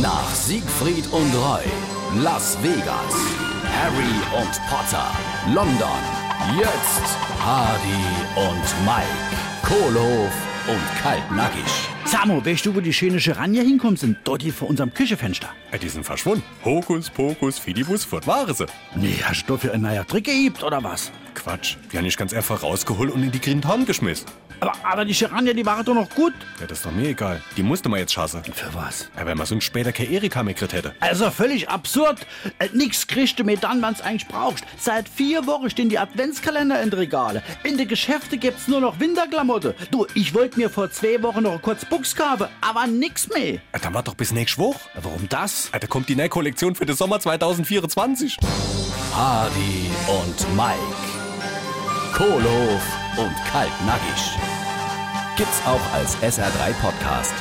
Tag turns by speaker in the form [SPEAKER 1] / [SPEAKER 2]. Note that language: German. [SPEAKER 1] Nach Siegfried und Roy, Las Vegas, Harry und Potter, London, jetzt Hardy und Mike, Kohlhof und Kaltnackig.
[SPEAKER 2] Samo, weißt du, wo die schänische Ranja hinkommt? Sind dort hier vor unserem Küchefenster.
[SPEAKER 3] Äh, Die sind verschwunden. Hokus pokus fidibus fort waren sie.
[SPEAKER 2] Nee, hast du für ein neuer Trick geübt, oder was?
[SPEAKER 3] Quatsch, die haben ich ganz einfach rausgeholt und in die Grindhorn geschmissen.
[SPEAKER 2] Aber, aber die Scheranja, die war doch noch gut.
[SPEAKER 3] Ja, das ist doch mir egal. Die musste man jetzt schassen.
[SPEAKER 2] Für was?
[SPEAKER 3] Ja, wenn man sonst später keine Erika mehr gekriegt hätte.
[SPEAKER 2] Also völlig absurd. Äh, nix kriegst du mir dann, wann's eigentlich brauchst. Seit vier Wochen stehen die Adventskalender in den Regale. In den Geschäften gibt's nur noch Winterklamotte. Du, ich wollte mir vor zwei Wochen noch kurz Buchs kaufen, aber nix mehr.
[SPEAKER 3] Ja, Äh, dann war doch bis nächste Woche.
[SPEAKER 2] Äh, Warum das?
[SPEAKER 3] Ja, da kommt die neue Kollektion für den Sommer 2024.
[SPEAKER 1] Hardy und Mike, Kohlhof und Kaltnackig. Gibt's auch als SR3 Podcast.